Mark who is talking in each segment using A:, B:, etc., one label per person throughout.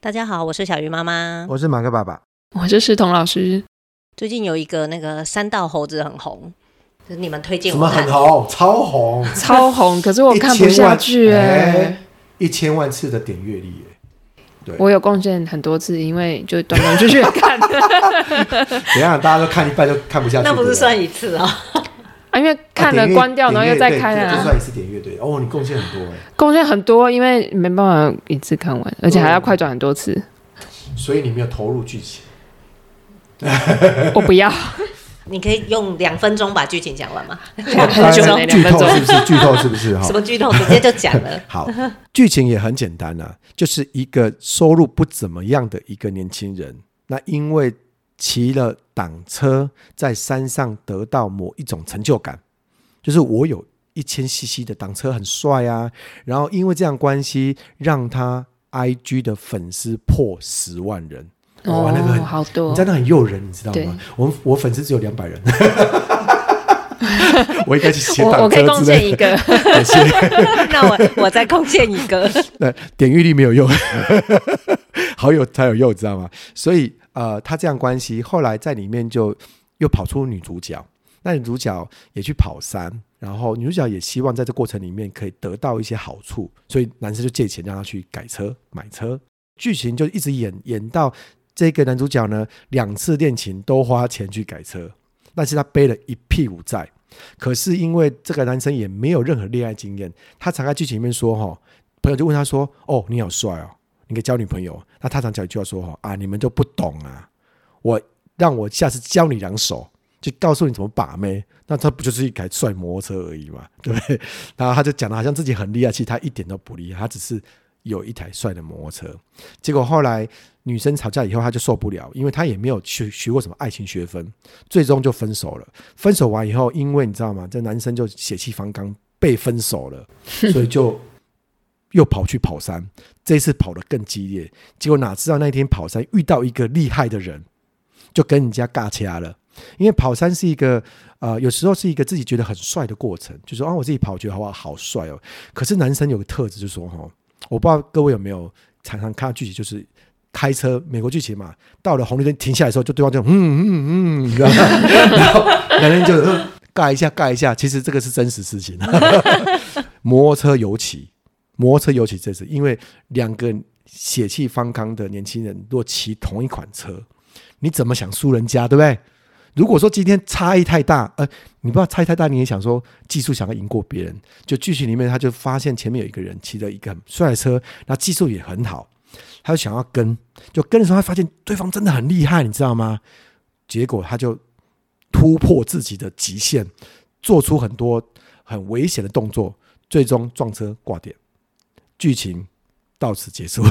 A: 大家好，我是小鱼妈妈。
B: 我是马克爸爸。
C: 我是石彤老师，
A: 最近有一个那个三道猴子很红，就是你们推荐
B: 什
A: 我
B: 么
A: 看
B: 很。红，超红，
C: 超红，可是我看不
B: 1000
C: 下
B: 万
C: 去哎、
B: 哎一千万次的点阅率哎。
C: 我有贡献很多次，因为就断断 续续地看
B: 怎样？大家都看一半就看不下去，
A: 那不
B: 对
A: 是
B: 对
A: 算一次哦，
C: 啊，因为看
B: 啊
C: 了
B: 点阅
C: 关掉，然后
B: 点
C: 又
B: 阅
C: 再
B: 对
C: 看
B: 这这
C: 啊，
B: 算一次点阅对。哦，你贡献很多哎，
C: 贡献很多，因为没办法一次看完，而且还要快转很多次，
B: 所以你没有投入 剧情。
C: 我不 要，
A: 你可以用两分钟把剧情讲完吗？
C: 很久
A: 分
C: 了
A: 钟
C: 两
B: 剧
C: 分
B: 透
C: 钟
B: 是不是？剧透是不是？哈。
A: 什，么剧透直接就讲了
B: 好，剧情也很简单啊，就是一个收入不怎么样的一个年轻人，那因为骑了挡车在山上得到某一种成就感，就是我有一千 CC 的挡车很帅啊，然后因为这样关系，让他 IG 的粉丝破十万人，哇，那个很
C: 哦好多
B: 你知道那很诱人，你知道
C: 对
B: 吗？我我粉丝只有两百人， 我应该去写
C: 我我
B: 挡
C: 可以
B: 车
C: 贡
B: 之
C: 献
B: 类
C: 一
B: 的，
C: 个，
B: 感谢。
A: 那我我再贡献一个，
B: 那点阅率没有用， 好友才有用，知道吗？所以呃，他这样关系，后来在里面就又跑出女主角，那女主角也去跑山，然后女主角也希望在这过程里面可以得到一些好处，所以男生就借钱让她去改车、买车，剧情就一直演演到这个男主角呢两次恋情都花钱去改车，但是他背了一屁股债。可是因为这个男生也没有任何恋爱经验，他常在剧情里面说：“哈，朋友就问他说：“哦，你好帅哦，你可以交女朋友。”那他常讲一句话说：“哈啊，你们都不懂啊，我让我下次教你两手，就告诉你怎么把妹。”那他不就是一台帅摩托车而已嘛， 对不对？然后他就讲的好像自己很厉害，其实他一点都不厉害，他只是有一台帅的摩托车。结果后来女生吵架以后，他就受不了，因为他也没有去学过什么爱情学分，最终就分手了。分手完以后，因为你知道吗？这男生就血气方刚，被分手了，所以就又跑去跑山。这一次跑得更激烈，结果哪知道那天跑山遇到一个厉害的人，就跟人家尬掐了。因为跑山是一个，呃，有时候是一个自己觉得很帅的过程，就说啊，我自己跑觉得哇，好帅哦。可是男生有个特质，就是说哈，我不知道各位有没有常常看到剧情，就是开车美国剧情嘛，到了红绿灯停下来的时候，就对方就嗯嗯嗯，你知道吗？ 然后男人就嗯尬一下尬一下，其实这个是真实事情。 摩托车尤其，摩托车尤其这次，因为两个血气方刚的年轻人若骑同一款车，你怎么想输人家，对不对？如果说今天差异太大，呃，你不要差异太大，你也想说技术想要赢过别人，就剧情里面他就发现前面有一个人骑着一个很帅的车，那技术也很好，他就想要跟，就跟的时候他发现对方真的很厉害，你知道吗？结果他就突破自己的极限，做出很多很危险的动作，最终撞车挂点。剧情到此结束，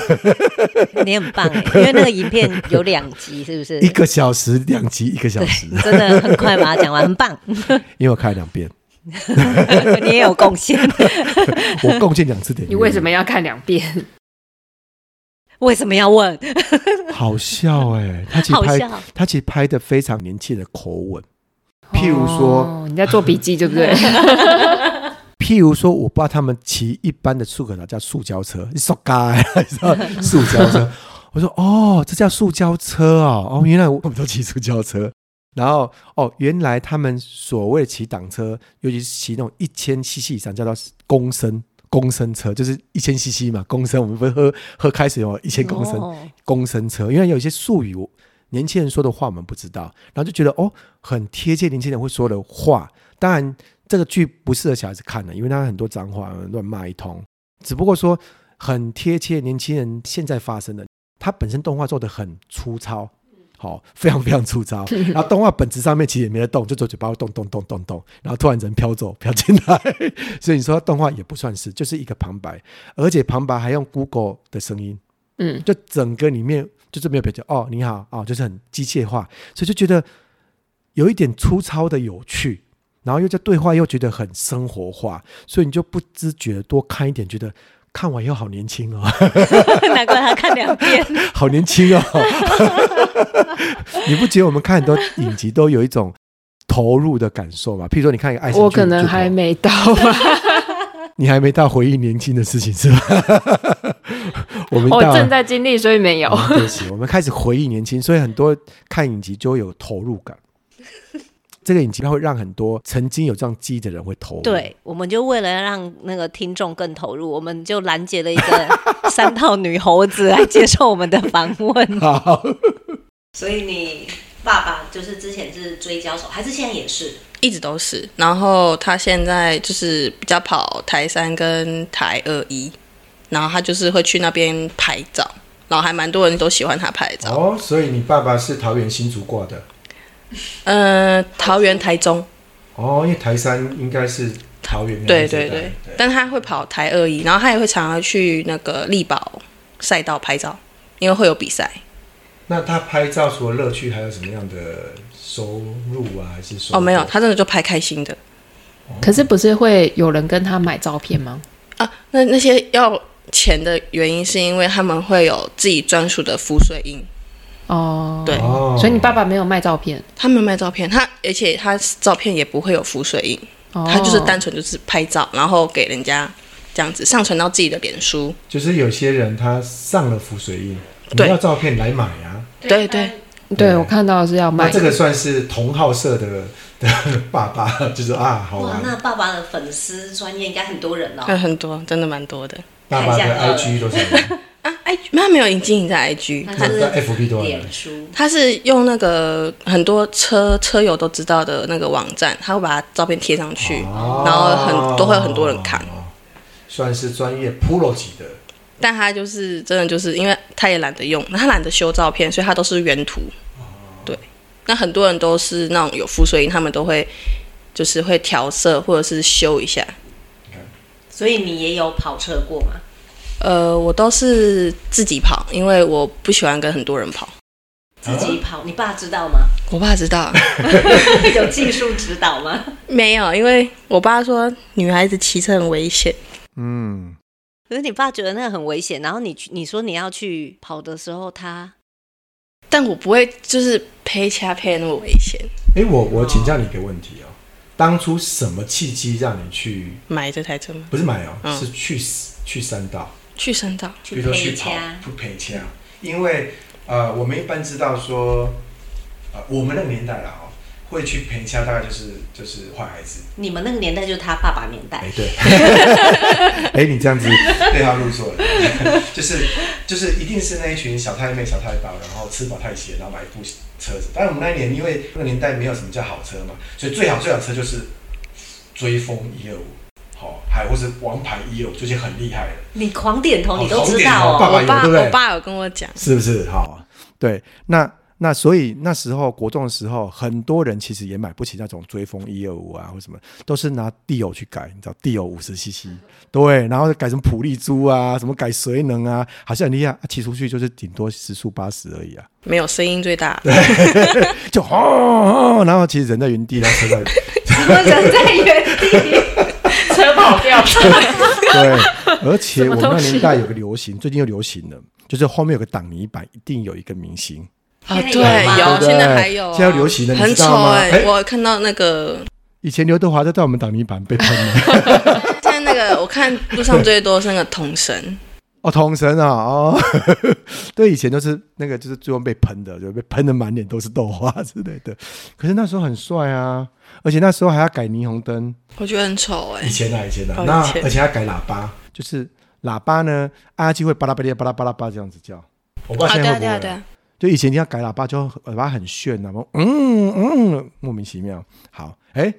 A: 你 很棒
B: 欸
A: 哎，因为那个影片有两集，是不是
B: 一？个小时两集，一个小时，
A: 真的很快把它讲完，很棒，
B: 因为我看了两遍，
A: 你也有贡献。
B: 我贡献两 次点。
C: 你为什么要看两 遍？
A: 为什么要问？
B: 好笑哎、他其实
A: 好
B: 拍
A: 笑，
B: 他其实拍的非常年轻的口吻，譬如说
C: 哦你在做笔记对不 对？
B: 譬如说，我不知道他们骑一般的速可达叫塑胶车， 你说该塑胶车。我说哦，这叫塑胶车哦，哦，原来我们都骑塑胶车。然后哦，原来他们所谓骑挡车，尤其是骑那种一千 CC 以上，叫做公升公升车，就是一千 CC 嘛，公升。我们不是喝喝开水哦，一千公升。
A: 哦
B: 公升车，因为有一些术语，我年轻人说的话我们不知道，然后就觉得哦，很贴切年轻人会说的话。当然，这个剧不适合小孩子看的，因为他很多脏话乱骂一通。只不过说很贴切年轻人现在发生的，它本身动画做的很粗糙。好、非常非常粗糙。然后动画本质上面其实也没得动，就左嘴巴动动动动动，然后突然人飘走飘进来，所以你说动画也不算是，就是一个旁白，而且旁白还用 Google 的声音，
C: 嗯，
B: 就整个里面就是没有表情，哦，你好，哦，就是很机械化，所以就觉得有一点粗糙的有趣，然后又在对话又觉得很生活化，所以你就不自觉多看一点，觉得看完以后好年轻哦，
A: 难怪他看两遍。
B: 好年轻哦，你不觉得我们看很多影集都有一种投入的感受吗？譬如说你看一个爱情剧，
C: 我可能
B: 就投
C: 还没到吧。
B: 你还没到回忆年轻的事情是吧？ 我们
C: 我
B: 到了
C: 正在经历，所以没有。
B: 啊对不起，我们开始回忆年轻，所以很多看影集就会有投入感。这个影集它会让很多曾经有这样记忆的人会投入。
A: 对，我们就为了让那个听众更投入，我们就拦截了一个三套女猴子来接受我们的访问。
B: 好，
A: 所以你爸爸就是之前是追跤手，还是现在也是？
D: 一直都是。然后他现在就是比较跑台三跟台二一，然后他就是会去那边拍照，然后还蛮多人都喜欢他拍照。
B: 哦，所以你爸爸是桃园新竹挂的
D: 嗯、桃园、台中，
B: 哦，因为台山应该是桃园
D: 对对对，但他会跑台二一，然后他也会常常去那个力宝赛道拍照，因为会有比赛。
B: 那他拍照除了乐趣，还有什么样的收入啊？还是说
D: 哦，没有，他真的就拍开心的
C: 可是不是会有人跟他买照片吗？
D: 啊。那那些要钱的原因是因为他们会有自己专属的浮水印，
C: 哦，
D: 对
B: 哦
C: 所以你爸爸没有卖照片，
D: 他没有卖照片，他而且他照片也不会有浮水印，
C: 哦、
D: 他就是单纯就是拍照，然后给人家这样子上传到自己的脸书。
B: 就是有些人他上了浮水印，你
D: 对
B: 要照片来买啊。
D: 对对，
C: 对我看到的是要
B: 那
C: 卖
B: 这个算是同好社的 的爸爸，就是啊，好
A: 哇，
B: 玩。
A: 那爸爸的粉丝专业应该很多人哦。
D: 那很多，真的蛮多的
B: 爸爸的
A: 太像了
B: IG 多少 人？
D: 啊。I 他没有经营在 IG，
A: 那
B: 他
A: 就
B: 的
A: 是
B: FB 多少人
A: 脸？书，
D: 他是用那个很多车车友都知道的那个网站，他会把照片贴上去，
B: 哦
D: 然后很都会有很多人看。
B: 算是专业 pro 级的。
D: 但他就是真的就是因为他也懒得用，他懒得修照片，所以他都是原图。对，那很多人都是那种有浮水印，他们都会就是会调色或者是修一下。
A: 所以你也有跑车过吗？
B: 啊
D: 呃，我都是自己跑，因为我不喜欢跟很多人跑。
A: 自己跑，你爸知道吗？
D: 我爸知 道
A: 有技术指导吗？
D: 没有，因为我爸说女孩子骑车很危险。
B: 嗯，
A: 可是你爸觉得那个很危险，然后你去你说你要去跑的时候，他
D: 但我不会就是陪掐陪得那么危险，
B: 哎，我我请教你一个问题哦，当初什么契机让你去？
D: 买这台车吗？
B: 不是买哦，
D: 嗯
B: 是去去山道，
D: 去深造，
A: 去
B: 比如说
A: 陪
B: 去跑
A: 家，
B: 去陪枪，因为呃，我们一般知道说，呃，我们那个年代啦哦，会去陪枪，大概就是就是坏孩子。
A: 你们那个年代就是他爸爸年代
B: 哎，，对，哎，你这样子对号入座了， 就是就是一定是那一群小太妹、小太保，然后吃饱太闲，然后买一部车子。当然我们那一年因为那个年代没有什么叫好车嘛，所以最好最好的车就是追风一二五，好，还有或是王牌一二五，最近很厉害了，
A: 你狂点头，
B: 哦
A: 你都
B: 狂
A: 知
B: 点头
A: 道
B: 爸
A: 哦。
B: 爸
D: 我
B: 有
D: 爸
B: 对不对
D: 我爸有跟我讲，
B: 是不是？好，对，那那所以那时候国中的时候，很多人其实也买不起那种追风一二五啊，或什么，都是拿地友去改，你知道地友五十 CC，对，然后改成普利珠啊，什么改水能啊，好像很厉害，啊骑出去就是顶多时速八十而已啊，
D: 没有声音最大，
B: 就轰轰，然后其实人在原地，然后 车在， 啊
A: 我人在原地，
C: 车跑掉，
B: 对，而且我们
C: 什么
B: 那
C: 东西
B: 年代有个流行，最近又流行了，就是后面有个挡泥板，一定有一个明星。
D: 啊，
A: 现
D: 对，
A: 在有吗
D: 有，
B: 对
D: 现在还有啊，
B: 现在流行 的你
D: 很
B: 知道
D: 丑
B: 吗
D: 哎、
B: 哎
D: 我看到那个，
B: 以前刘德华都在我们挡泥板被喷了。
D: 现在那个，我看路上最多是那个童神，
B: 哦，童神啊，哦， 对，以前都是那个，就是最后被喷的，就被喷的满脸都是豆花之类的。可是那时候很帅啊，而且那时候还要改霓虹灯。
D: 我觉得很丑哎、
B: 以前啊，以前啊，
D: 哦
B: 那
D: 以前
B: 而且还改喇叭，就是喇叭呢，阿基会巴拉巴拉巴拉巴拉巴这样子叫。我不知道
D: 啊，
B: 现
D: 对
B: 在会不
D: 啊，对
B: 会
D: 啊，
B: 啊
D: 对啊，
B: 就以前要改喇叭，就喇叭很炫啊，然后嗯嗯，莫名其妙。好，哎，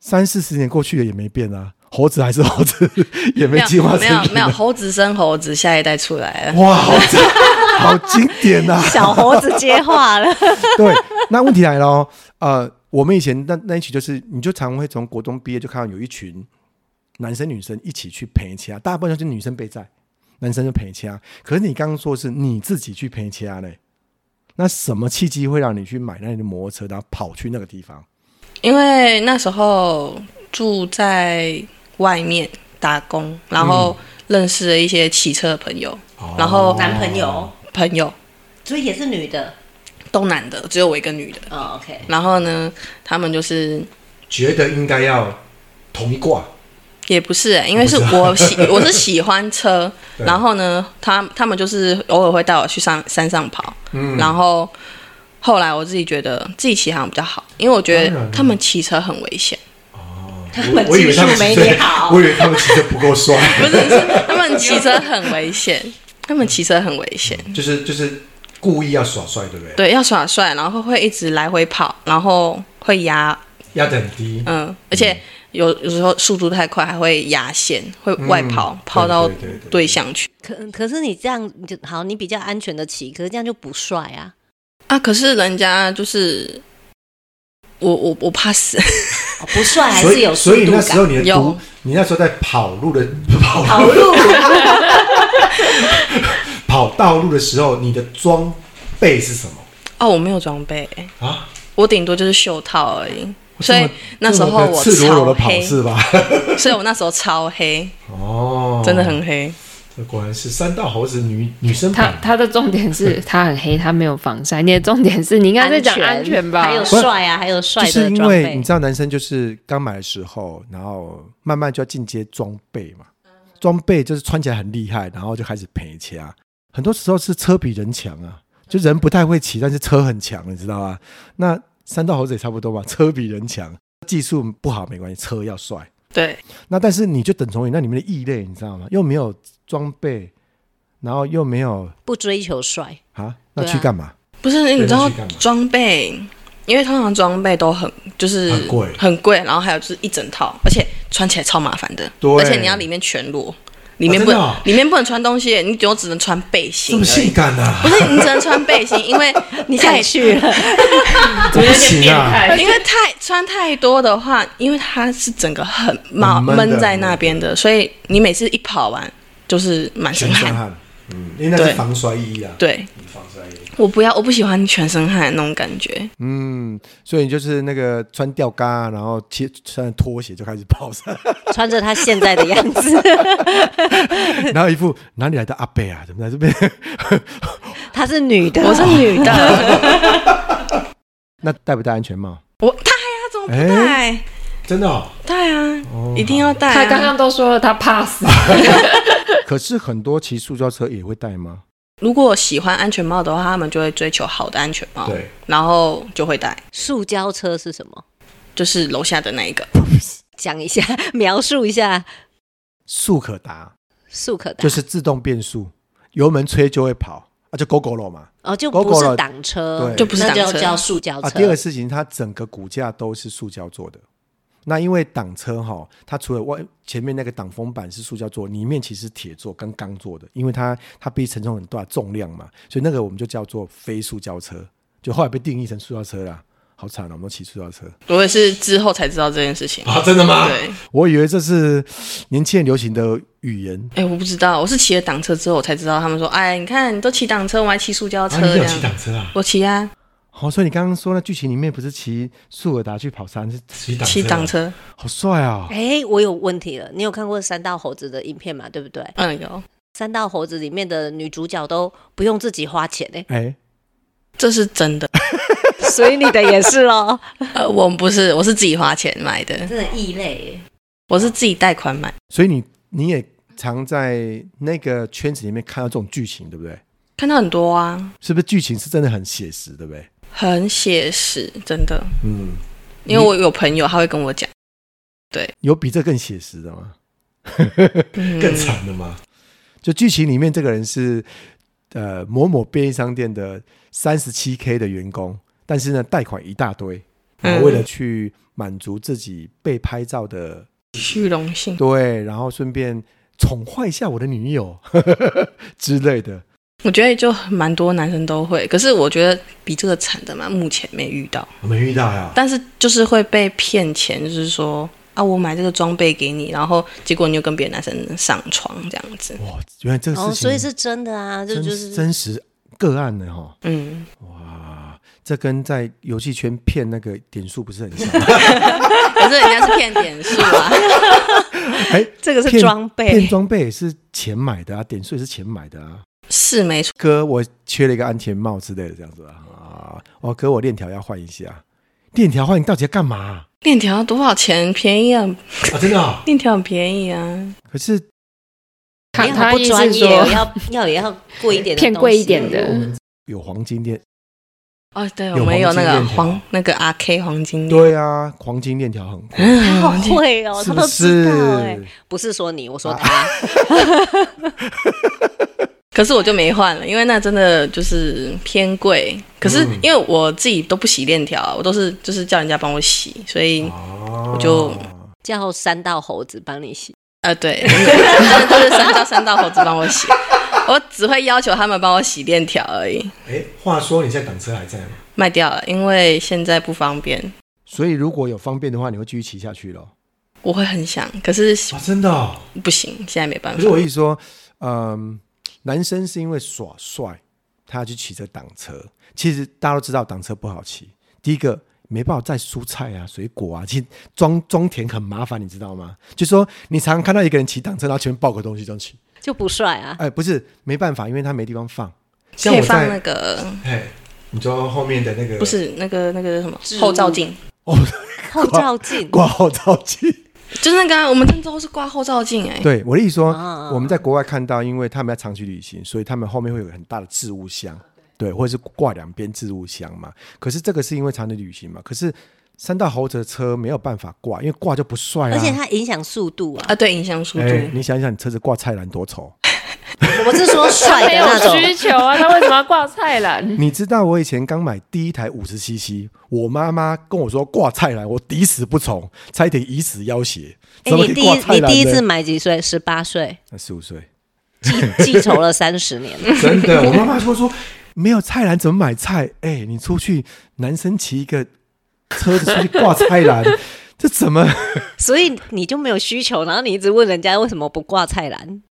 B: 三四十年过去了也没变啊，猴子还是猴子， 也没
D: 没有
B: 进化成
D: 没有没有，
B: 人
D: 猴子生猴子，下一代出来了，
B: 哇，好经 好经典啊呐、
A: 小猴子接话了。
B: 对，那问题来了哦，呃，我们以前那那一群就是，你就常会从国中毕业就看到有一群男生女生一起去陪其他，大部分就是女生被载，男生就陪其他。可是你刚刚说是你自己去陪其他嘞，那什么契机会让你去买那辆摩托车，然后跑去那个地方？
D: 因为那时候住在外面打工，然后
B: 嗯
D: 认识了一些骑车的朋友，
B: 哦
D: 然后
A: 男朋友，
D: 朋友
A: 所以也是女的。
D: 都男的，只有我一个女的，
A: 哦，OK，
D: 然后呢，他们就是
B: 觉得应该要同一挂，
D: 也不是、欸，因为是我喜 我是喜欢车，然后呢，他他们就是偶尔会带我去上山上跑，
B: 嗯
D: 然后后来我自己觉得自己骑好像比较好，因为我觉
B: 当然
D: 得
B: 了
D: 他们骑车很危险，
A: 他们
B: 我以
A: 技
B: 为
A: 术
B: 他们
A: 没
B: 骑车
A: 你好
B: 我。以为他们骑车不够帅，
D: 不是是他们骑车很危险，他们骑车很危险，
B: 就是就是故意要耍帅，对不对？
D: 对，要耍帅，然后会一直来回跑，然后会压，
B: 压得很低，
D: 嗯，而且有有时候速度太快还会压线，会外跑、
B: 嗯
D: 跑到
B: 对对对对
D: 对象去
A: 可可是你这样你就好，你比较安全的骑，可是这样就不帅啊。
D: 啊，可是人家就是。我我我怕死，
A: 哦不帅还
B: 所
A: 是
B: 以
A: 有速
B: 所以
A: 度
B: 那时
A: 感。
B: 候你的
D: 有
B: 毒，你那时候在跑路 的跑
A: 跑路，
B: 跑道路的时候，你的装备是什么
D: 哦，我没有装备、
B: 啊？哦
D: 我顶多就是袖套而已。所
B: 这
D: 以
B: 么
D: 那时候我
B: 这么赤裸裸的
D: 超
B: 跑
D: 黑，
B: 是吧？
D: 所以我那时候超黑，
B: 哦，
D: 真的很黑。
B: 这果然是三道猴子女女生
C: 他
B: 版。
C: 他的重点 是他很黑，他没有防晒。你的重点是你应该在讲安全吧？
A: 还有帅啊，还有帅
B: 就
A: 的
B: 是因
A: 装
B: 为你
A: 备
B: 知。道，男生就是刚买的时候，然后慢慢就要进阶装备嘛。
A: 嗯
B: 装备就是穿起来很厉害，然后就开始赔钱啊。很多时候是车比人强啊，就人不太会骑，但是车很强，你知道吗？那三道猴子也差不多嘛，车比人强，技术不好没关系，车要帅。
D: 对，
B: 那但是你就等同于那里面的异类，你知道吗？又没有装备，然后又没有
A: 不追求帅，
B: 啊，那
A: 对啊
B: 去干嘛？
D: 不是你知
B: 那
D: 道
B: 去干嘛
D: 装备，因为通常装备都很就是
B: 很贵
D: 很贵，然后还有就是一整套，而且穿起来超麻烦的，
B: 对
D: 而且你要里面全裸，里面不
B: 真
D: 能、
B: 的哦
D: 里面不能穿东西，你就只能穿背心
B: 这么
D: 而已
B: 性感啊？
D: 不是，你只能穿背 心，因为
A: 你
D: 太
A: 想去了？
B: 不行啊！
D: 因为太穿太多的话，因为它是整个很冒
B: 很闷的
D: 闷在那边的，所以你每次一跑完就是满身
B: 全身
D: 汗。
B: 汗，嗯，因为那是
D: 对
B: 防摔衣啊，
D: 对，
B: 防摔衣。
D: 我不要，我不喜欢全身汗那种感觉。
B: 嗯，所以你就是那个穿吊嘎，然后切穿拖鞋就开始跑山，
A: 穿着他现在的样子，
B: 然后一副哪里来的阿贝啊，怎么在这边？
A: 她是女的，
D: 我是女 的，
B: 那戴不戴安全帽？
D: 我戴啊，怎么不戴？
B: 真的、哦。
D: 戴啊，一定要戴、啊。
C: 他刚刚都说了他怕死，
B: 哦可是很多骑塑胶车也会戴吗？
D: 如果喜欢安全帽的话，他们就会追求好的安全帽，
B: 对，
D: 然后就会戴，
A: 塑胶车是什么？
D: 就是楼下的那一个。
A: 讲一下，描述一下
B: 速可达
A: 速可达，
B: 就是自动变速，油门吹就会跑，啊，就 GoGo 了嘛。
A: 哦，就
B: GoGo
A: 不是
B: 了
A: 挡车，
B: 对就
D: 不是
A: 那
D: 挡
A: 就
D: 车
A: 叫塑胶
B: 啊，
A: 车。
B: 第二个事情，它整个骨架都是塑胶做的。那因为挡车哈，它除了外前面那个挡风板是塑胶做，里面其实铁做跟钢做的，因为它它必须承受很大的重量嘛，所以那个我们就叫做非塑胶车，就后来被定义成塑胶车啦。好惨啊，我们都骑塑胶车
D: 我也是之后才知道这件事情。
B: 啊！真的吗
D: 对，
B: 我以为这是年轻人流行的语言。
D: 哎、我不知道，我是骑了挡车之后我才知道，他们说，哎，你看你都骑挡车，我还骑塑胶车、这样。
B: 车啊？
D: 我骑啊，
B: 好、哦所以你刚刚说那剧情里面不是骑速尔达去跑山，是骑啊
D: 骑挡，车，
B: 好帅啊！，
A: 哎，我有问题了，你有看过《三道猴子》的影片嘛？对不对？《
D: 嗯，有，
A: 三道猴子》里面的女主角都不用自己花钱哎
B: 哎、
D: 这是真的。
A: 所以你的也是喽，
D: 呃，我不是，我是自己花钱买的，
A: 真的异类欸
D: 我是自己贷款买，
B: 所以你你也常在那个圈子里面看到这种剧情，对不对？
D: 看到很多啊，
B: 是不是剧情是真的很写实，对不对？
D: 很写实，真的。
B: 嗯，
D: 因为我有朋友，他会跟我讲，
B: 有比这更写实的吗？
D: 嗯，
B: 惨的吗？就剧情里面这个人是呃某某便利商店的三十七 K 的员工，但是呢贷款一大堆，
A: 嗯
B: 然后为了去满足自己被拍照的
D: 虚荣心。
B: 对，然后顺便宠坏一下我的女友 之类的。
D: 我觉得就蛮多男生都会，可是我觉得比这个惨的嘛，目前没遇到。
B: 我没遇到呀，
D: 但是就是会被骗钱，就是说啊，我买这个装备给你，然后结果你又跟别的男生上床这样子。
B: 哇，原来这个事
A: 哦，
B: 情，
A: 所以是真的啊，这
B: 真
A: 就是
B: 真实个案呢，哈。
D: 嗯，
B: 哇，这跟在游戏圈骗那个点数不是 很像？啊
D: 可是人家是骗点数啊，
B: 哎，
A: 这个是
B: 骗
A: 装备
B: 骗。装备也是钱买的啊，点数也是钱买的啊。
D: 是没错。
B: 哥，我缺了一个安全帽之类的，这样子啊。啊哦，哥，我链条要换一下，链条换你到底要干嘛、
D: 链条多少钱？便宜啊，
B: 啊，真的、哦。
D: 链条很便宜啊。
B: 可是
C: 他
A: 没有
C: 他
A: 不
C: 意思
A: 专
C: 是
A: 业，哦
C: 说
A: 要要也要贵一点的东西，
C: 骗贵一点的
B: 我们有黄金链，
D: 哦，对，
B: 有
D: 我们有那个
B: 黄金链条
D: 黄那个 RK 黄金链，
B: 对啊，黄金链条很贵，
A: 他好会嗯哦，
B: 是
A: 他
B: 不
A: 都知
B: 是啊
A: 道哎。？不是说你，我说他，
D: 可是我就没换了，因为那真的就是偏贵。可是
B: 嗯
D: 因为我自己都不洗链条啊，我都是就是叫人家帮我洗，所以
B: 哦我
D: 我就
A: 叫三道猴子帮你洗。
D: 呃， 对，真的就是三叫三道猴子帮我洗，我只会要求他们帮我洗链条而已，
B: 哎，话说你现在港车还在吗？
D: 卖掉了，因为现在不方便。
B: 所以如果有方便的话，你会继续骑下去咯。
D: 我会很想，可是
B: 啊，真的、哦。
D: 不行，现在没 办
B: 可是
D: 法。
B: 我一说，嗯，男生是因为耍帅，他要去骑着挡车。其实大家都知道挡车不好骑，第一个没办法载蔬菜啊、水果啊，其实装装填很麻烦，你知道吗？就说你常常看到一个人骑挡车，然后前面抱个东西这样骑，
A: 就不帅啊，
B: 哎，不是没办法，因为他没地方放。像
D: 可以
B: 我
D: 放那
B: 在，
D: 个，
B: 哎，你说后面的那个
D: 不是那个那个什么
A: 置物
D: 后照镜，
A: 后照 镜
B: 挂号照机？
D: 就是那个啊我们郑州是挂后照镜哎、
B: 对，我的意思说，
A: 啊
B: 我们在国外看到，因为他们要长期旅行，所以他们后面会有很大的置物箱，对，或者是挂两边置物箱嘛。可是这个是因为长期旅行嘛，可是三大猴子的车没有办法挂，因为挂就不帅啊。
A: 而且它影响速度啊。
D: 啊，对，影像速度。
B: 哎，你想一想，你车子挂菜篮多丑。
A: 我是说
C: 他
A: 帅
C: 没
A: 的
C: 有
A: 那种，
C: 需求啊，他为什么要挂 菜篮？
B: 你知道我以前刚买第一台五十 CC，我妈妈跟我说挂菜篮，我抵死不从，差一点以死要挟。
A: 哎，
B: 怎么
A: 你
B: 可以
A: 第一
B: 挂菜
A: 你
B: 篮
A: 第一次
B: 呢？
A: 买几岁？十八岁，
B: 十五岁，
A: 记仇了三十年。
B: 真的，我妈妈说说没有菜篮怎么买菜？哎、你出去男生骑一个车子出去挂菜篮， 这怎么
A: 所以你就没有需求，然后你一直问人家为什么不挂菜篮。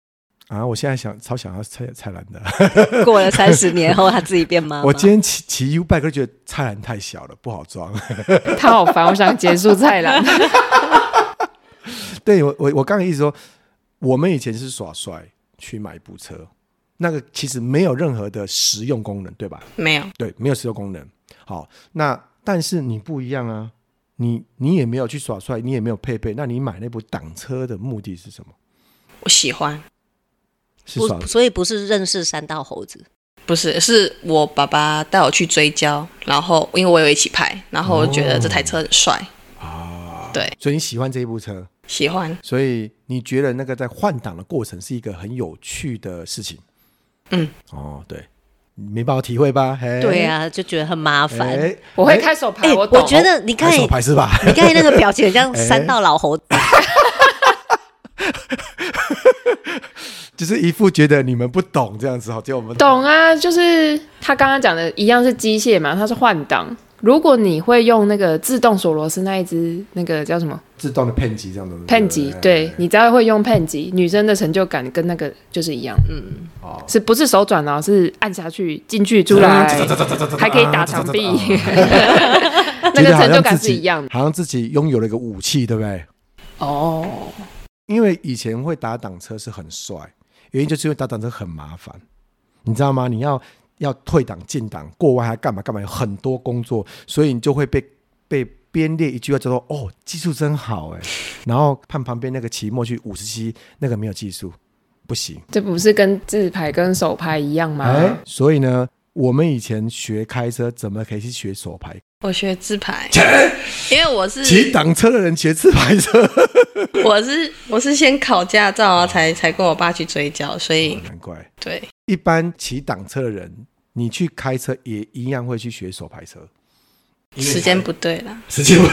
B: 啊？我现在想超想要菜菜篮的。
A: 过了三十年后，他自己变妈妈。
B: 我今天骑骑 U bike 就觉得菜篮太小了，不好装。
C: 他好烦，我想结束 菜篮。
B: 对我我我刚才意思说，我们以前是耍帅去买一部车，那个其实没有任何的实用功能，对吧？
D: 没有，
B: 对，没有石油功能。好，那但是你不一样啊，你你也没有去耍帅，你也没有配备，那你买那部挡车的目的是什么？
D: 我喜欢，
B: 是耍
A: 不，所以不是认识三道猴子，
D: 不是，是我爸爸带我去追焦，然后因为我有一起拍，然后我觉得这台车很帅，
B: 所以你喜欢这一部车，
D: 喜欢，
B: 所以你觉得那个在换挡的过程是一个很有趣的事情。
D: 嗯，
B: 哦，对，你没办法体会吧？嘿
A: 对，啊，就觉得很麻
B: 哎
A: 烦。哎、
C: 我会开手牌，我懂。
A: 我觉得你看
B: 拍手
A: 你
B: 牌是吧？
A: 看你那个表情，很像
B: 哎
A: 三道老 猴子。
B: 就是一副觉得你们不懂这样子，好，结果我们
C: 懂啊，就是他刚刚讲的一样是机械嘛，它是换挡。如果你会用那个自动锁螺丝那一只，那个叫什么
B: 自动的骗机这样子。
C: pen 级，对你只要会用 pen 级，女生的成就感跟那个就是一样，嗯，
B: 哦
C: 是不是手转啊？是按下去进去出来， 还可以打墙壁，
B: 觉
C: 那 个
B: 得好像
C: 成就感
B: 自
C: 是
B: 己
C: 一样的
B: 好像自己拥有了一个武器，对不对？
C: 哦。
B: 因为以前会打挡车是很帅，原因就是因为打挡车很麻烦，你知道吗？你要要退档、进档、过弯还干嘛干嘛，有很多工作，所以你就会被被编列一句话叫做“哦，技术真好 哎”，然后看旁边那个骑末去五十七，那个没有技术，不行。
C: 这不是跟自拍跟手拍一样吗？
B: 哎，所以呢，我们以前学开车，怎么可以去学手排？
D: 我学自拍，因为我
B: 骑
D: 是
B: 挡车的人学自排车，
D: 我是我是先考驾照啊，才才跟我爸去追焦，所以
B: 难怪
D: 对
B: 一般骑挡车的人，你去开车也一样会去学手排车，
D: 时间不对啦，
B: 时间不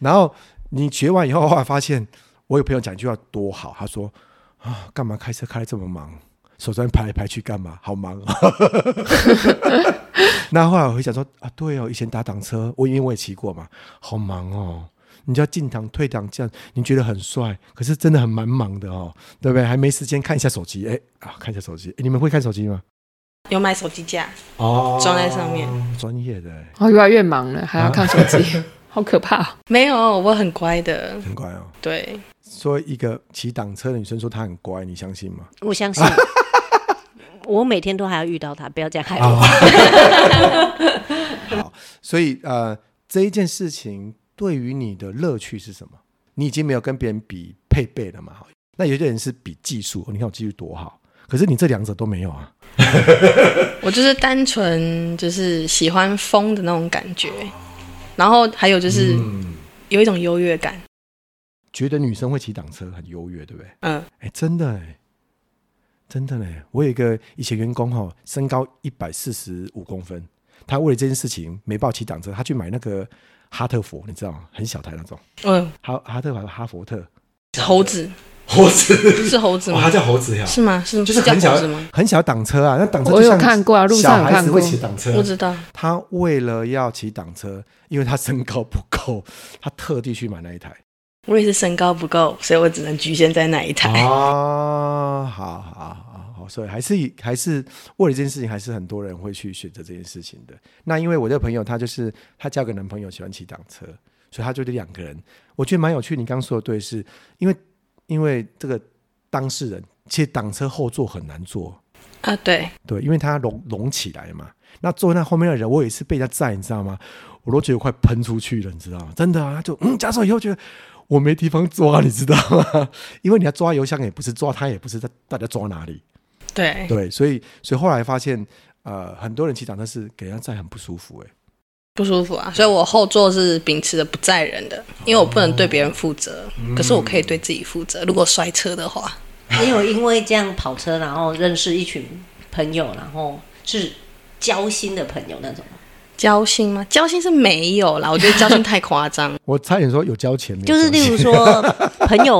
B: 然后你学完以后，后来发现，我有朋友讲一句话多好，他说啊，干嘛开车开得这么忙，手在那边拍来拍去干嘛？好忙。啊那后来我会想说啊，对哦，以前打挡车，我因为我也骑过嘛，好忙哦。你就要进档退档，这样你觉得很帅，可是真的很蛮忙的哦，对不对？还没时间看一下手机，哎啊，看一下手机，哎，你们会看手机吗？
D: 有买手机架，
B: 哦
D: 装在上面，
B: 专业的哎
C: 哦，越来越忙了，
B: 啊
C: 还要看手 机，好可怕哦、
D: 没有，我很乖的，
B: 很乖哦。
D: 对，
B: 说一个骑挡车的女生说她很乖，你相信吗？
A: 我相信，我每天都还要遇到他，不要这
B: 哦
A: 样害我。
B: 好，所以呃，这一件事情对于你的乐趣是什么？你已经没有跟别人比配备了嘛？那有些人是比技术，哦你看我技术多好，可是你这两者都没有啊。
D: 我就是单纯就是喜欢风的那种感觉，然后还有就是
B: 嗯，
D: 有一种优越感，
B: 觉得女生会骑挡车很优越，对不对？
D: 嗯，
B: 哎，真的哎，真的嘞！我有一个以前员工哈、哦，身高一百四十五公分，他为了这件事情没报骑挡车，他去买那个哈特佛，你知道吗？很小台那种，
D: 嗯，
B: 哈哈特还是哈佛特，
D: 猴子
B: 猴子，哦
D: 是猴子吗？
B: 叫猴子呀
D: 是吗？是
B: 就是
D: 叫
B: 很小
D: 猴子吗？
B: 很小挡车啊，那挡车
C: 我
B: 就
C: 有
B: 像
C: 看过啊，路
B: 小
C: 上有
B: 孩
C: 看
B: 子
C: 过
B: 会。骑挡车
D: 不，知道，
B: 他为了要骑挡车，因为他身高不够，他特地去买那一台。
D: 我也是身高不够，所以我只能局限在那一台。
B: 啊，好好好好，所以还是以还是为了这件事情，还是很多人会去选择这件事情的。那因为我这个朋友，她就是她交个男朋友喜欢骑挡车，所以她就这两个人，我觉得蛮有趣。你刚刚说的对是，因为因为这个当事人其实挡车后座很难坐，
D: 啊，对，
B: 对，因为它拢拢起来嘛。那坐在那后面的人，我也是被人家载，你知道吗？我都觉得快喷出去了，你知道吗？真的啊，他就嗯，加手以后觉得我没地方抓，你知道吗？ 因为你要抓油箱也不是，抓它也不是，在大家抓哪里？
A: 哎
D: 对，
B: 对，所以所以后来发现，呃，很多人骑脚踏是给人家载很不舒服、欸，。
D: 不舒服啊，所以我后座是秉持着不载人的，因为我不能对别人负责，可是我可以对自己负责。如果摔车的话，
A: 你有因为这样跑车，然后认识一群朋友，然后是交心的朋友那种吗，
D: 交心吗？交心是没有啦，我觉得交心太夸 张
B: 我差点说有交钱，没有
A: 就是
B: 交
A: 例
B: 钱
A: 如 说朋友，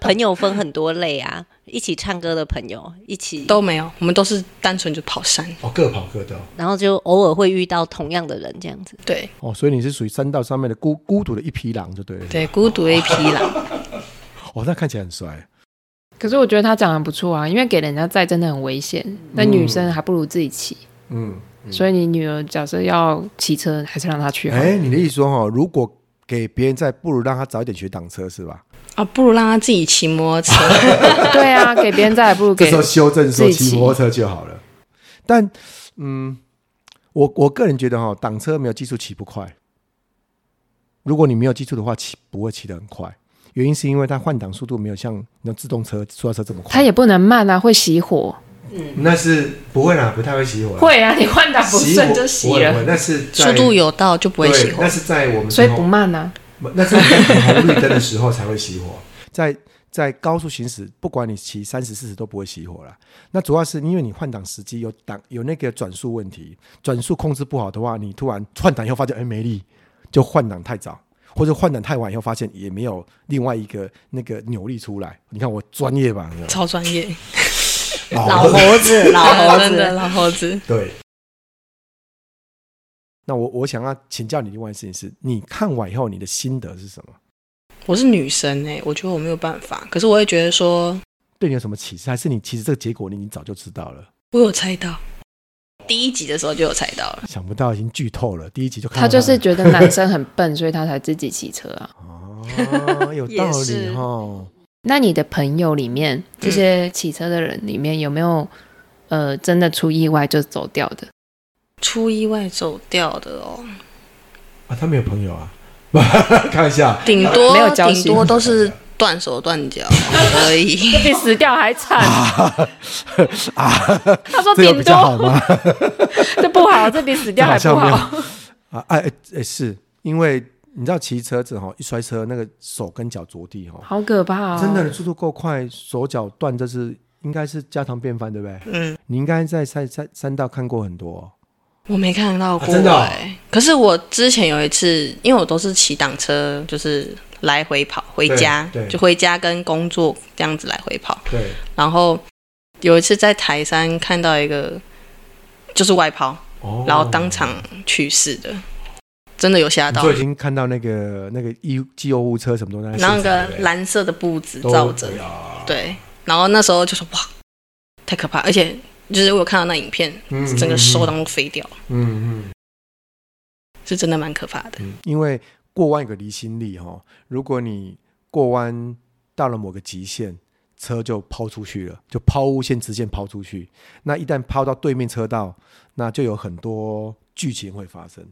A: 朋友分很多类啊，一起唱歌的朋友，一起，
D: 都没有，我们都是单纯就跑山。
B: 哦，各跑各的哦
A: 然后就偶尔会遇到同样的人这样子。
D: 对
B: 哦，所以你是属于山道上面的孤孤独的一匹狼，就对了。
D: 对，孤独的一匹狼。
B: 哦，那看起来很帅，
C: 可是我觉得他长得不错啊，因为给人家载真的很危险。那女生还不如自己骑，
B: 嗯。
C: 所以你女儿假设要骑车，还是让她去好了。
B: 哎，你的意思说哦，如果给别人在，不如让他早一点学挡车是吧？
D: 啊，不如让他自己骑摩托车。
C: 对啊，给别人载还不如
B: 这
C: 给
B: 时候修正说
C: 自己
B: 骑
C: 骑
B: 摩托车就好了。但嗯，我我个人觉得哈、哦，挡车没有技术骑不快。如果你没有技术的话，骑不会骑得很快。原因是因为它换挡速度没有像那自动车、塑料车这么快。
C: 他也不能慢啊，会熄火。
B: 那是不会啦，不太会熄火啦。
C: 会啊，你换挡不
B: 熄
C: 顺
B: 火
C: 就
B: 不
C: 熄
B: 会不
C: 了，
B: 会那是
D: 速度有到就不会熄
B: 对
D: 火。
B: 是在我们
C: 所以不慢啊。
B: 那是红绿灯的时候才会熄火，在在高速行驶，不管你骑三十、四十都不会熄火啦。那主要是因为你换挡时机有挡有那个转速问题，转速控制不好的话，你突然换挡以后发现哎没力，就换挡太早，或者换挡太晚以后发现也没有另外一个那个扭力出来。你看我专业吧，你知
D: 超专业，
B: 道吗
A: 老猴子，老猴
D: 真的
A: 子，
D: 老猴子。
B: 对。那我我想要请教你另外一件事情是，你看完以后你的心得是什么？
D: 我是女生哎、我觉得我没有办法。可是我会觉得说，
B: 对你有什么启示？还是你其实这个结果你已经早就知道了？
D: 我有猜到，第一集的时候就有猜到了。
B: 想不到已经剧透了，第一集就看
C: 他
B: 到
C: 就是
B: 了
C: 觉得男生很
B: 嗯
C: 笨，所以他才自己骑车啊。
B: 哦，有
D: 也
B: 道理哦
D: 是
B: 哈。
C: 那你的朋友里面，这些骑车的人里面有没有呃真的出意外就走掉的？
D: 出意外走掉的哦，
B: 啊，他没有朋友啊， 开玩笑。
D: 顶多
C: 没有交集
D: 顶多都是断手断脚而已。
C: 比死掉 还惨。他说
B: 啊这有比较好吗？
C: 这不好，这比死
B: 这好像没有。啊，哎哎哎，是因为你知道骑车子哈，一摔车那个手跟脚着地哈，
C: 好可怕哦！
B: 真的，你速度够快，手脚断这是应该是家常便饭，对不对？
D: 嗯，
B: 你应该在山山山道看过很多哦。
D: 我没看到过、
B: 啊真的哦
D: 哎可是我之前有一次，因为我都是骑挡车，就是来回跑回家
B: 对对，
D: 就回家跟工作这样子来回跑。
B: 对，
D: 然后有一次在台山看到一个就是外抛，
B: 哦
D: 然后当场去世的，真的有吓
B: 你
D: 到
B: 就。已经看到那个那个医机油物车什么都在现
D: 然
B: 场，
D: 后那个
B: 对不对
D: 蓝色的布子
B: 都
D: 罩着，对，然后那时候就说哇，太可怕，而且就是我有看到那影片，
B: 嗯
D: 整个手当中飞掉，
B: 嗯嗯。
D: 是真的蛮可怕的。
B: 嗯，因为过弯有个离心力哈、哦，如果你过弯到了某个极限，车就抛出去了，就抛物线直线抛出去。那一旦抛到对面车道，那就有很多剧情会发生。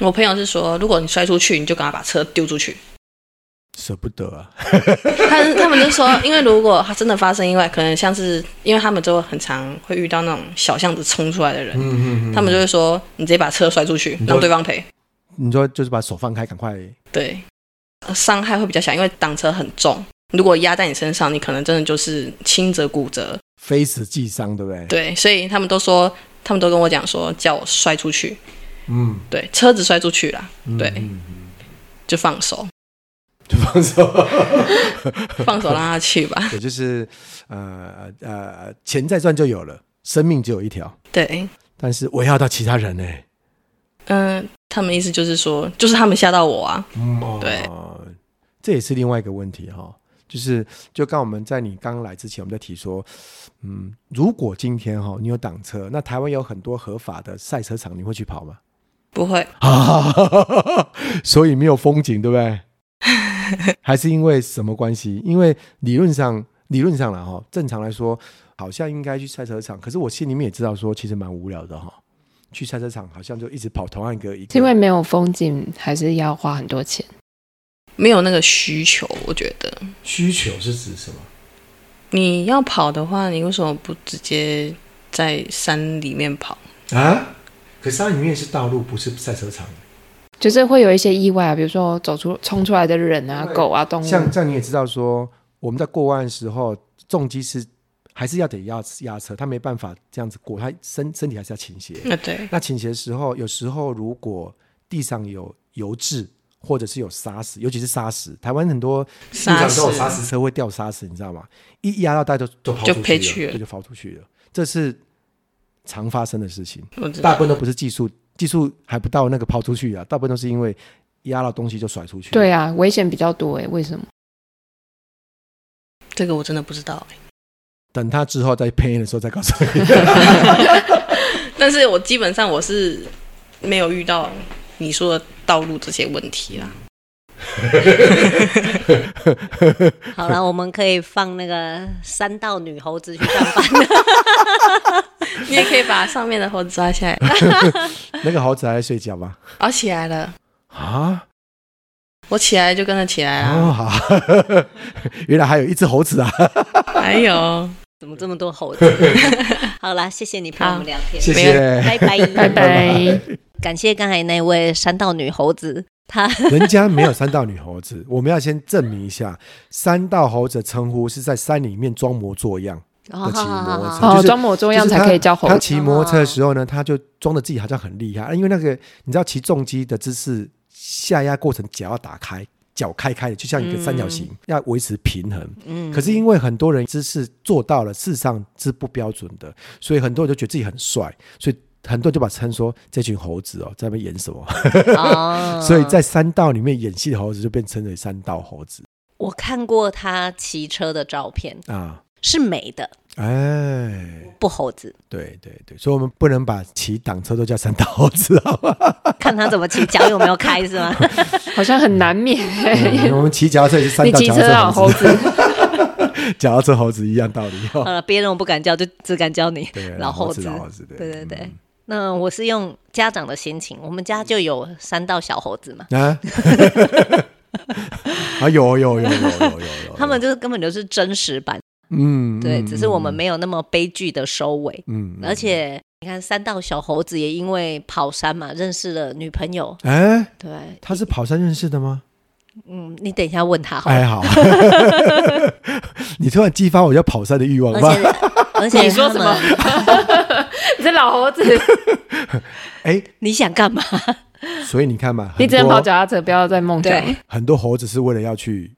D: 我朋友是说，如果你摔出去，你就赶快把车丢出去。
B: 舍不得啊，
D: 他他们就说，因为如果他真的发生意外，可能像是因为他们就很常会遇到那种小巷子冲出来的人，
B: 嗯
D: 他们就会说你直接把车摔出去
B: 你，就
D: 让对方赔。
B: 你说就是把手放开，赶快
D: 对，呃伤害会比较小，因为挡车很重。如果压在你身上，你可能真的就是轻则骨折。
B: 非死即伤，对不对？
D: 对，所以他们都说，他们都跟我讲说，叫我摔出去。
B: 嗯，
D: 对，车子摔出去啦，
B: 嗯
D: 对
B: 嗯
D: 就放手，
B: 就放手。
D: 放手让他去吧。
B: 也就是呃呃，钱再赚就有了，生命只有一条，
D: 对，
B: 但是我要到其他人呢、
D: 嗯、他们意思就是说，就是他们吓到我啊。
B: 嗯，哦
D: 对，
B: 这也是另外一个问题哈、就是就刚我们在你刚来之前，我们在提说，嗯，如果今天哈、你有挡车，那台湾有很多合法的赛车场，你会去跑吗？
D: 不会，
B: 啊，所以没有风景，对不对？还是因为什么关系？因为理论上，理论上了哈，正常来说，好像应该去赛车场。可是我心里面也知道说，其实蛮无聊的哈。去赛车场好像就一直跑同样一个一
C: 是因为
B: 个，
C: 没有风景，还是要花很多钱？
D: 没有那个需求，我觉得。
B: 需求是指什么？
D: 你要跑的话，你为什么不直接在山里面跑？
B: 啊？可是它里面是道路，不是赛车场。
C: 就是会有一些意外啊，比如说走出冲出来的人啊、
B: 对
C: 狗啊、动物，
B: 像像你也知道说，我们在过弯的时候，重机是还是要得压压车，他没办法这样子过，他身身体还是要倾斜。
D: 那啊对，
B: 那倾斜的时候，有时候如果地上有油渍，或者是有沙石，尤其是沙石，台湾很多路
D: 沙
B: 上
D: 石
B: 都有沙石车会掉沙石，你知道吗？一压到大家就就跑
D: 就
B: 出
D: 飞
B: 去
D: 去
B: 了，
D: 了
B: 对就跑出去了，这是常发生的事情。
D: 我知
B: 大
D: 道
B: 部。分都不是技术，技术还不到那个抛出去啊，大部分都是因为压到东西就甩出去。
C: 对，啊，危险比较多哎，为什 么？
D: 这个我真的不知道、
B: 等他之后再配音的时候再告诉你。
D: 欸 但是我基本上我是没有遇到你说的道路这些问题啦。
A: 好了，我们可以放那个三道女猴子去上 班。
D: 你也可以把上面的猴子抓下 来，
B: 那个猴子还在睡觉吗？
D: 我起来了，
B: 啊，
D: 我起来就跟着起来啦。
B: 哦好，原来还有一只猴子啊！
D: 还有，
A: 怎么这么多猴子？ 好啦，谢谢你陪我们聊天，
B: 谢
D: 没
B: 谢。
A: 拜拜
B: 啊
C: 拜拜。
A: 感谢刚才那位山道女猴子，她
B: 人家没有三道女猴子，我们要先证明一下，三道猴子的称呼是在山里面装模作样，
A: 哦
B: 骑摩托车
C: 哦，
B: 就是
C: 装模作样
B: 就是
C: 才
B: 他
C: 可以叫猴
B: 他
C: 子。
B: 骑摩托车的时候呢，他就装的自己好像很厉害，因为那个你知道骑重机的姿势，下压过程脚要打开，脚开开的，就像一个三角形，
C: 嗯
B: 要维持平衡。
A: 嗯
B: 可是因为很多人姿势做到了，事实上是不标准的，所以很多人就觉得自己很帅，所以很多人就把称说这群猴子哦，在那边演什么？
A: 哦
C: 嗯
B: 所以在山道里面演戏的猴子就被称为山道猴子
A: 我看过她骑车的照片，
B: 啊，
A: 是美的，
B: 哎，
A: 不猴子。
B: 对对对，所以我们不能把骑挡车都叫山道猴子，好吧？
A: 看她怎么骑，脚有没有开是 吗？
C: 好像很难免
B: 嗯
C: 欸。
B: 我们骑脚踏车也是山
C: 你
B: 道
C: 骑
B: 嗯脚
C: 车啊，
B: 踏车
C: 猴
B: 猴子，
C: 子，
B: 脚踏车猴子一样道理
A: 好
B: 哦。
A: 了，呃别人我不敢叫，就只敢叫你
B: 对，
A: 嗯
B: 啊
A: 老
B: 猴
A: 猴子
B: 老。猴子，对
A: 对对对。那我是用家长的心情，我们家就有三道小猴子嘛，
B: 对啊。 啊，有有有有有有有，
A: 他们就是根本就是真实版，
B: 嗯，
A: 对，
B: 哦嗯
A: 只是我们，没有那么悲剧的收尾。
B: 嗯，嗯
A: 而，且你看，三道小猴子也因为跑山嘛，认识了女朋友。
B: 哎，
A: 对，
B: 他是跑山认识的吗？
A: 嗯，你等一下问他好了。
B: 哎，好， 你突然激发我要跑山的欲望
A: 而
B: 吧？
A: 且而 且
C: 你说什么
A: 他们？
C: 你是老猴子，
B: 哎，
A: 你想干 嘛？
B: 所以你看嘛，
C: 你
B: 很
C: 只能
B: 多
C: 跑脚踏车，不要再梦想。
A: 对，
B: 很多猴子是为了要去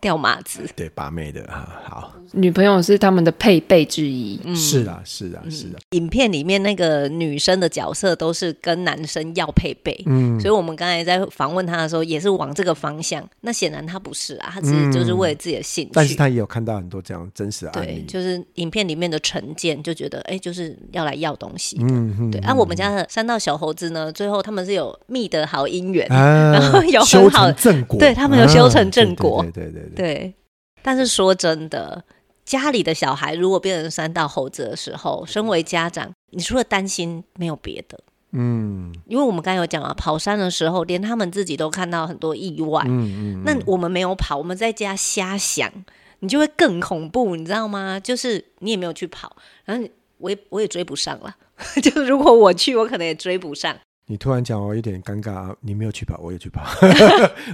A: 掉马子。
B: 对把妹的啊，好，
C: 女朋友是他们的配备之一。
A: 嗯，
B: 是啦，是啦，是啊啦，
A: 影片里面那个女生的角色都是跟男生要配备。
B: 嗯
A: 所以，我们刚才在访问他的时候，也是往这个方向。那显然他不是啊，他只是就是为了自己的兴趣。
B: 嗯但是嗯他也有看到很多这样真实的案
A: 对，
B: 例，
A: 就是影片里面的成见，就觉得哎，就是要来要东西。
B: 嗯，嗯
A: 对，
B: 嗯
A: 啊，我们家的三道小猴子呢，最后他们是有觅得好姻缘，
B: 啊，
A: 然后 有
B: 修
A: 很好
B: 成正果，
A: 对他们有
B: 啊
A: 修成正果
B: 对对对对对
A: 对，但是说真的，家里的小孩如果变成三道猴子的时候，身为家长，你除了担心没有别的，
B: 嗯
A: 因为我们刚才有讲嘛，跑山的时候，连他们自己都看到很多意外。
B: 嗯嗯，
A: 那我们没有跑，我们在家瞎想，你就会更恐怖，你知道吗？就是你也没有去跑，然后你我也我也追不上了。 就如果我去，我可能也追不上。
B: 你突然讲我有点尴尬，你没有去跑，我有 去跑，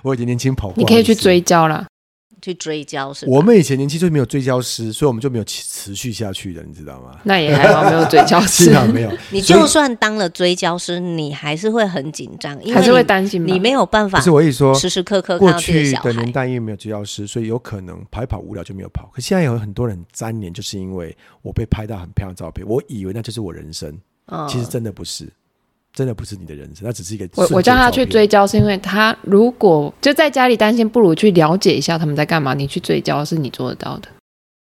B: 我以前年轻跑过，
C: 你可以去追。焦啦。
A: 去追焦是吧？
B: 我们以前年轻就没有追焦师，所以我们就没有持持续下去的，你知道吗？
C: 那也还好，没有追焦
B: 是
C: 是，
B: 啊，没有，
A: 你
B: 所以
A: 就算当了追焦师，你还是会很紧张，因为
C: 还是会
A: 你
C: 担心吧
A: 你没有办法
B: 啊不是我一说，
A: 时时刻刻看
B: 过
A: 到自己的
B: 去
A: 小
B: 的年
A: 孩。
B: 代因为没有治疗师，所以有可能跑一跑无聊就没有跑。可现在有很多人粘连，就是因为我被拍到很漂亮的照片，我以为那就是我人生，
A: 嗯
B: 其实真的不是，真的不是你的人生，那只是一个
C: 我我
B: 瞬间
C: 叫他
B: 照
C: 去
B: 片
C: 追焦，是因为他如果就在家里担心，不如去了解一下他们在干嘛。你去追焦是你做得到的。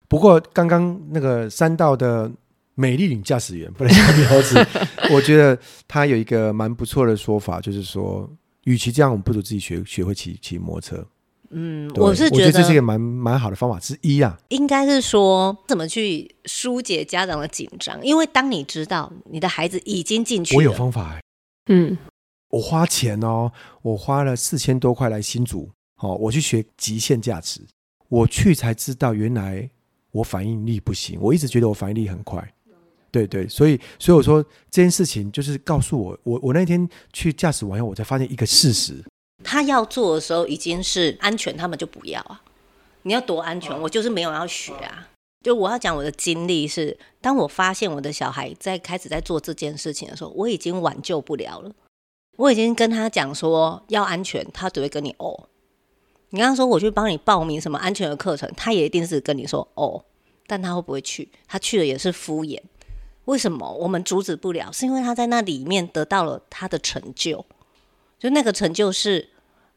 B: 不过刚刚那个山道的美丽女驾驶员，不能叫 标志，我觉得她有一个蛮不错的说法，就是说，与其这样，我们不如自己学学会骑骑摩托车。
A: 嗯，
B: 对
A: 我是
B: 觉
A: 觉
B: 这是
A: 得
B: 一个蛮蛮好的方法之一啊。
A: 应该是说怎么去疏解家长的紧张，因为当你知道你的孩子已经进去
B: 我有
A: 了，
B: 方法、欸，
C: 嗯，
B: 我花钱哦，我花了四千多块来新竹，哦，我去学极限价值，我去才知道原来我反应力不行，我一直觉得我反应力很快。对对，所以所以我说这件事情就是告诉我，我我那天去驾驶完以后，我才发现一个事实，
A: 他要做的时候已经是安全，他们就不要啊。你要多安全，我就是没有要学啊。就我要讲我的经历是，当我发现我的小孩在开始在做这件事情的时候，我已经挽救不了了。我已经跟他讲说要安全，他只会跟你哦。你刚刚说我去帮你报名什么安全的课程，他也一定是跟你说哦，但他会不会去？他去了也是敷衍。为什么我们阻止不了？是因为他在那里面得到了他的成就，就那个成就是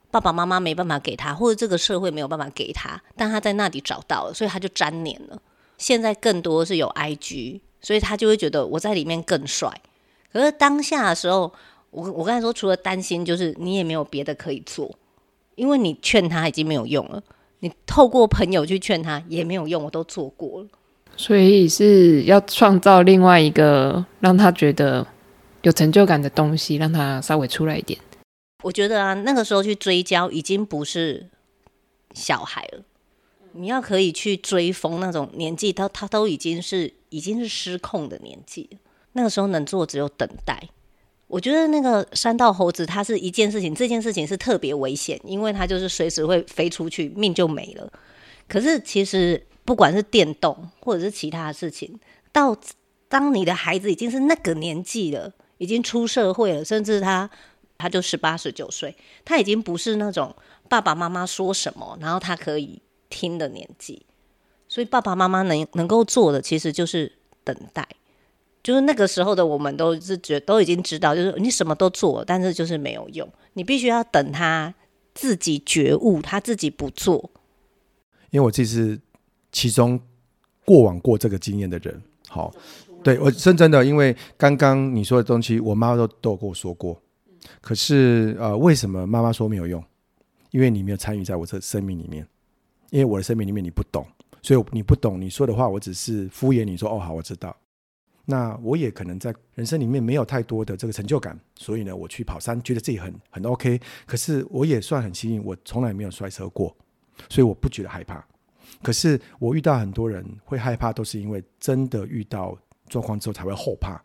A: 爸爸妈妈没办法给他，或者这个社会没有办法给他，但他在那里找到了，所以他就粘黏了。现在更多是有 IG，所以他就会觉得我在里面更帅。可是当下的时候，我我刚才说，除了担心，就是你也没有别的可以做，因为你劝他已经没有用了，你透过朋友去劝他也没有用，我都做过了。
C: 所以是要创造另外一个让他觉得有成就感的东西，让他稍微出来一点。
A: 我觉得啊，那个时候去追焦已经不是小孩了，你要可以去追风那种年纪，他他都已经是已经是失控的年纪了。那个时候能做只有等待。我觉得那个山道猴子，它是一件事情，这件事情是特别危险，因为它就是随时会飞出去，命就没了。可是其实不管是电动或者是其他的事情，到当你的孩子已经是那个年纪了，已经出社会了，甚至他他就十八十九岁，他已经不是那种爸爸妈妈说什么，然后他可以听的年纪。所以爸爸妈妈能能够做的，其实就是等待。就是那个时候的我们都是觉都已经知道，就是你什么都做了，但是就是没有用，你必须要等他自己觉悟，他自己不做。
B: 因为我自己是其中过往过这个经验的人。好，对我是啊真的，因为刚刚你说的东西，我妈都都有跟我说过。可是呃，为什么妈妈说没有用？因为你没有参与在我这生命里面，因为我的生命里面你不懂，所以你不懂你说的话，我只是敷衍你说哦好我知道。那我也可能在人生里面没有太多的这个成就感，所以呢，我去跑山觉得自己很很 OK，可是我也算很幸运，我从来没有摔车过，所以我不觉得害怕。可是我遇到很多人会害怕，都是因为真的遇到状况之后才会后怕。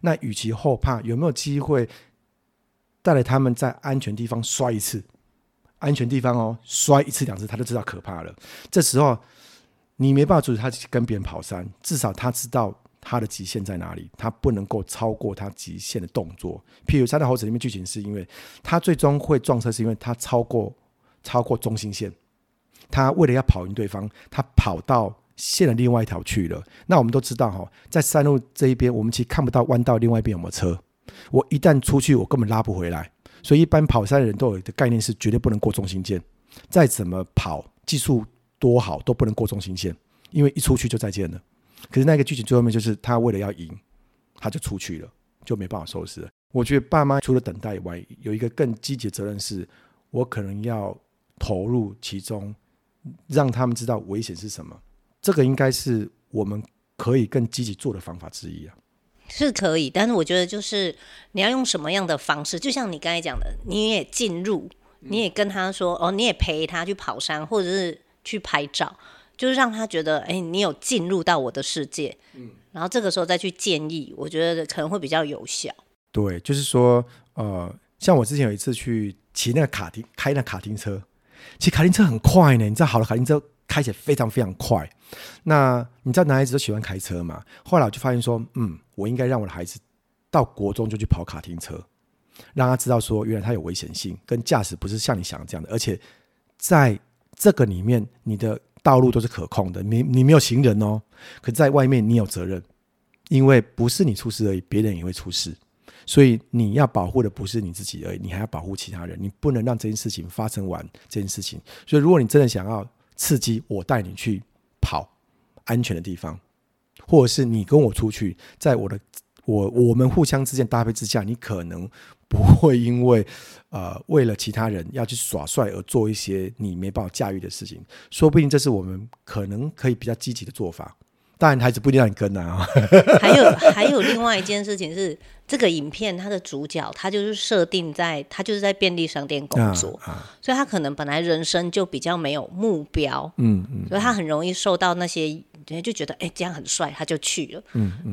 B: 那与其后怕，有没有机会带来他们在安全地方摔一次？安全地方哦，摔一次两次他就知道可怕了。这时候你没办法阻止他去跟别人跑山，至少他知道他的极限在哪里，他不能够超过他极限的动作。譬如《三大猴子》里面剧情是因为他最终会撞车，是因为他超过超过中心线。他为了要跑赢对方，他跑到线的另外一条去了。那我们都知道哈、在山路这一边，我们其实看不到弯道另外一边有没有车。我一旦出去，我根本拉不回来。所以一般跑山的人都有一个概念是，绝对不能过中心线。再怎么跑，技术多好都不能过中心线，因为一出去就再见了。可是那个剧情最后面就是他为了要赢，他就出去了，就没办法收拾了。我觉得爸妈除了等待以外，有一个更积极的责任是，我可能要投入其中，让他们知道危险是什么。这个应该是我们可以更积极做的方法之一啊。
A: 是可以，但是我觉得就是你要用什么样的方式，就像你刚才讲的，你也进入，你也跟他说哦，你也陪他去跑山，或者是去拍照，就是让他觉得哎、你有进入到我的世界，然后这个时候再去建议，我觉得可能会比较有效。
B: 对，就是说，呃，像我之前有一次去骑那个卡丁，开那卡丁车，骑卡丁车很快呢，你知道，好的卡丁车开起来非常非常快。那你知道男孩子都喜欢开车嘛？后来我就发现说，嗯，我应该让我的孩子到国中就去跑卡丁车，让他知道说，原来他有危险性，跟驾驶不是像你想的这样的，而且在这个里面，你的道路都是可控的，你你没有行人哦，可在外面你有责任，因为不是你出事而已，别人也会出事。所以你要保护的不是你自己而已，你还要保护其他人，你不能让这件事情发生完这件事情。所以，如果你真的想要刺激，我带你去跑安全的地方，或者是你跟我出去，在我的我我们互相之间搭配之下，你可能不会因为呃为了其他人要去耍帅而做一些你没办法驾驭的事情。说不定这是我们可能可以比较积极的做法。当然，孩子不一定让你跟啊。
A: 还有还有另外一件事情是，这个影片它的主角他就是设定在他就是在便利商店工作，
B: 啊啊
A: 所以他可能本来人生就比较没有目标，
B: 嗯嗯，
A: 所以他很容易受到那些人就觉得哎、这样很帅，他就去了。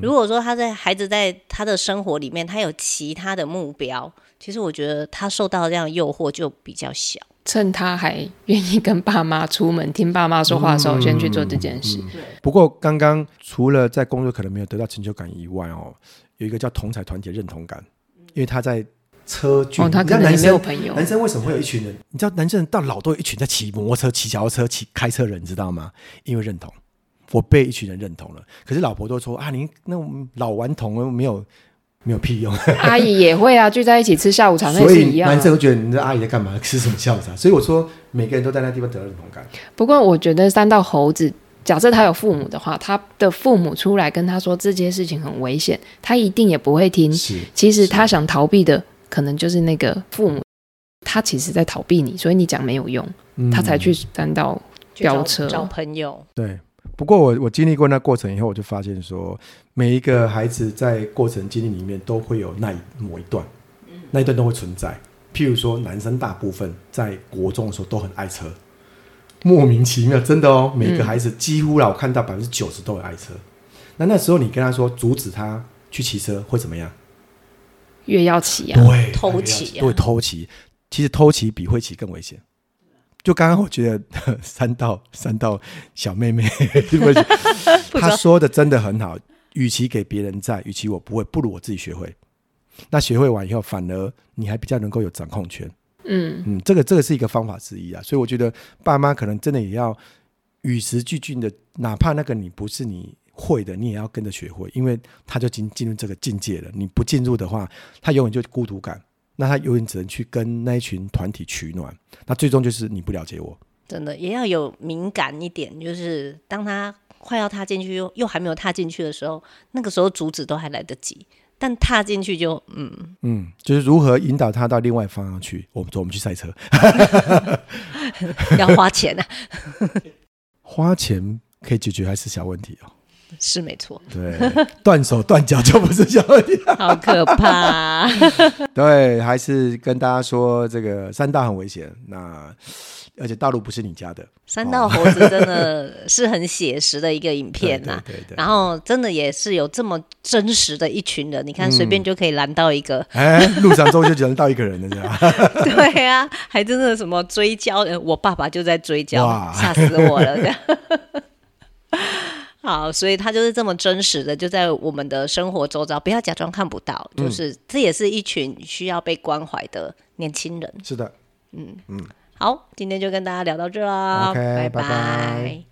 A: 如果说他在孩子在他的生活里面，他有其他的目标，其实我觉得他受到这样的诱惑就比较小。
C: 趁他还愿意跟爸妈出门听爸妈说话的时候，先去做这件
B: 嗯
C: 事。
B: 不过，刚刚除了在工作可能没有得到成就感以外，哦，有一个叫同才团体的认同感，因为他在车距，
C: 哦，他
B: 你
C: 可
B: 知道
C: 能也
B: 男
C: 没有
B: 生
C: 朋友。
B: 男 生为什么会有一群人？你知道，男生到老都有一群在骑摩托车、骑脚踏车、骑开车的人，你知道吗？因为认同，我被一群人认同了。可是老婆都说啊，你那种老顽童没有没有 屁用，
C: 阿姨也会啊，聚在一起吃下午茶，那也
B: 所
C: 是一
B: 以
C: 样、啊。
B: 男生会觉得你这阿姨在干嘛，吃什么下午茶？所以我说，每个人都在那地方得到认同感。
C: 不过我觉得三道猴子，假设他有父母的话，他的父母出来跟他说这些事情很危险，他一定也不会听。
B: 是，
C: 其实他想逃避的，可能就是那个父母，他其实在逃避你，所以你讲没有用，
B: 嗯
C: 他才去三道。
A: 去找
C: 飙车
A: 找朋友，
B: 对，不过我我经历过那过程以后，我就发现说，每一个孩子在过程经历里面都会有那一某一段，那一段都会存在。譬如说，男生大部分在国中的时候都很爱车，莫名其妙，真的哦，每个孩子几乎啦，我看到百分之九十都很爱车。那那时候你跟他说阻止他去骑车会怎么样？
C: 越要骑啊，
B: 对，
A: 偷
B: 哎呀
A: 骑啊
B: 对，偷骑。其实偷骑比会骑更危险。就刚刚我觉得 呵呵三道三道小妹妹， 对不起，她说的真的很好。与其给别人在，与其我不会，不如我自己学会。那学会完以后，反而你还比较能够有掌控权。
C: 嗯，
B: 嗯，这个这个是一个方法之一啊，所以我觉得爸妈可能真的也要与时俱进的，哪怕那个你不是你会的，你也要跟着学会，因为他就进进入这个境界了。你不进入的话，他永远就孤独感，那他永远只能去跟那一群团体取暖，那最终就是你不了解我。
A: 真的也要有敏感一点，就是当他快要踏进去又又还没有踏进去的时候，那个时候阻止都还来得及，但踏进去就嗯，
B: 嗯，就是如何引导他到另外方向去。我们走，我们去赛车，
A: 要花钱啊，
B: 花钱可以解决还是小问题哦。
A: 是没错，
B: 对，断手断脚就不是小问题。
A: 好可怕。
B: 对，还是跟大家说，这个山道很危险，那而且道路不是你家的，
A: 三道猴子真的是很写实的一个影片啊呐、
B: 对对对对
A: 然后真的也是有这么真实的一群人，你
B: 嗯
A: 看随便就可以拦到一 个，
B: 哎，路上终究只能到一个人的这样。
A: 对啊，还真的什么追焦，呃我爸爸就在追焦
B: 哇，
A: 吓死我了。这样 好，所以他就是这么真实的，就在我们的生活周遭，不要假装看不到，
B: 嗯
A: 就是、这也是一群需要被关怀的年轻人。
B: 是的。
A: 好，今天就跟大家聊到这啦
B: OK，拜
A: 拜
B: 拜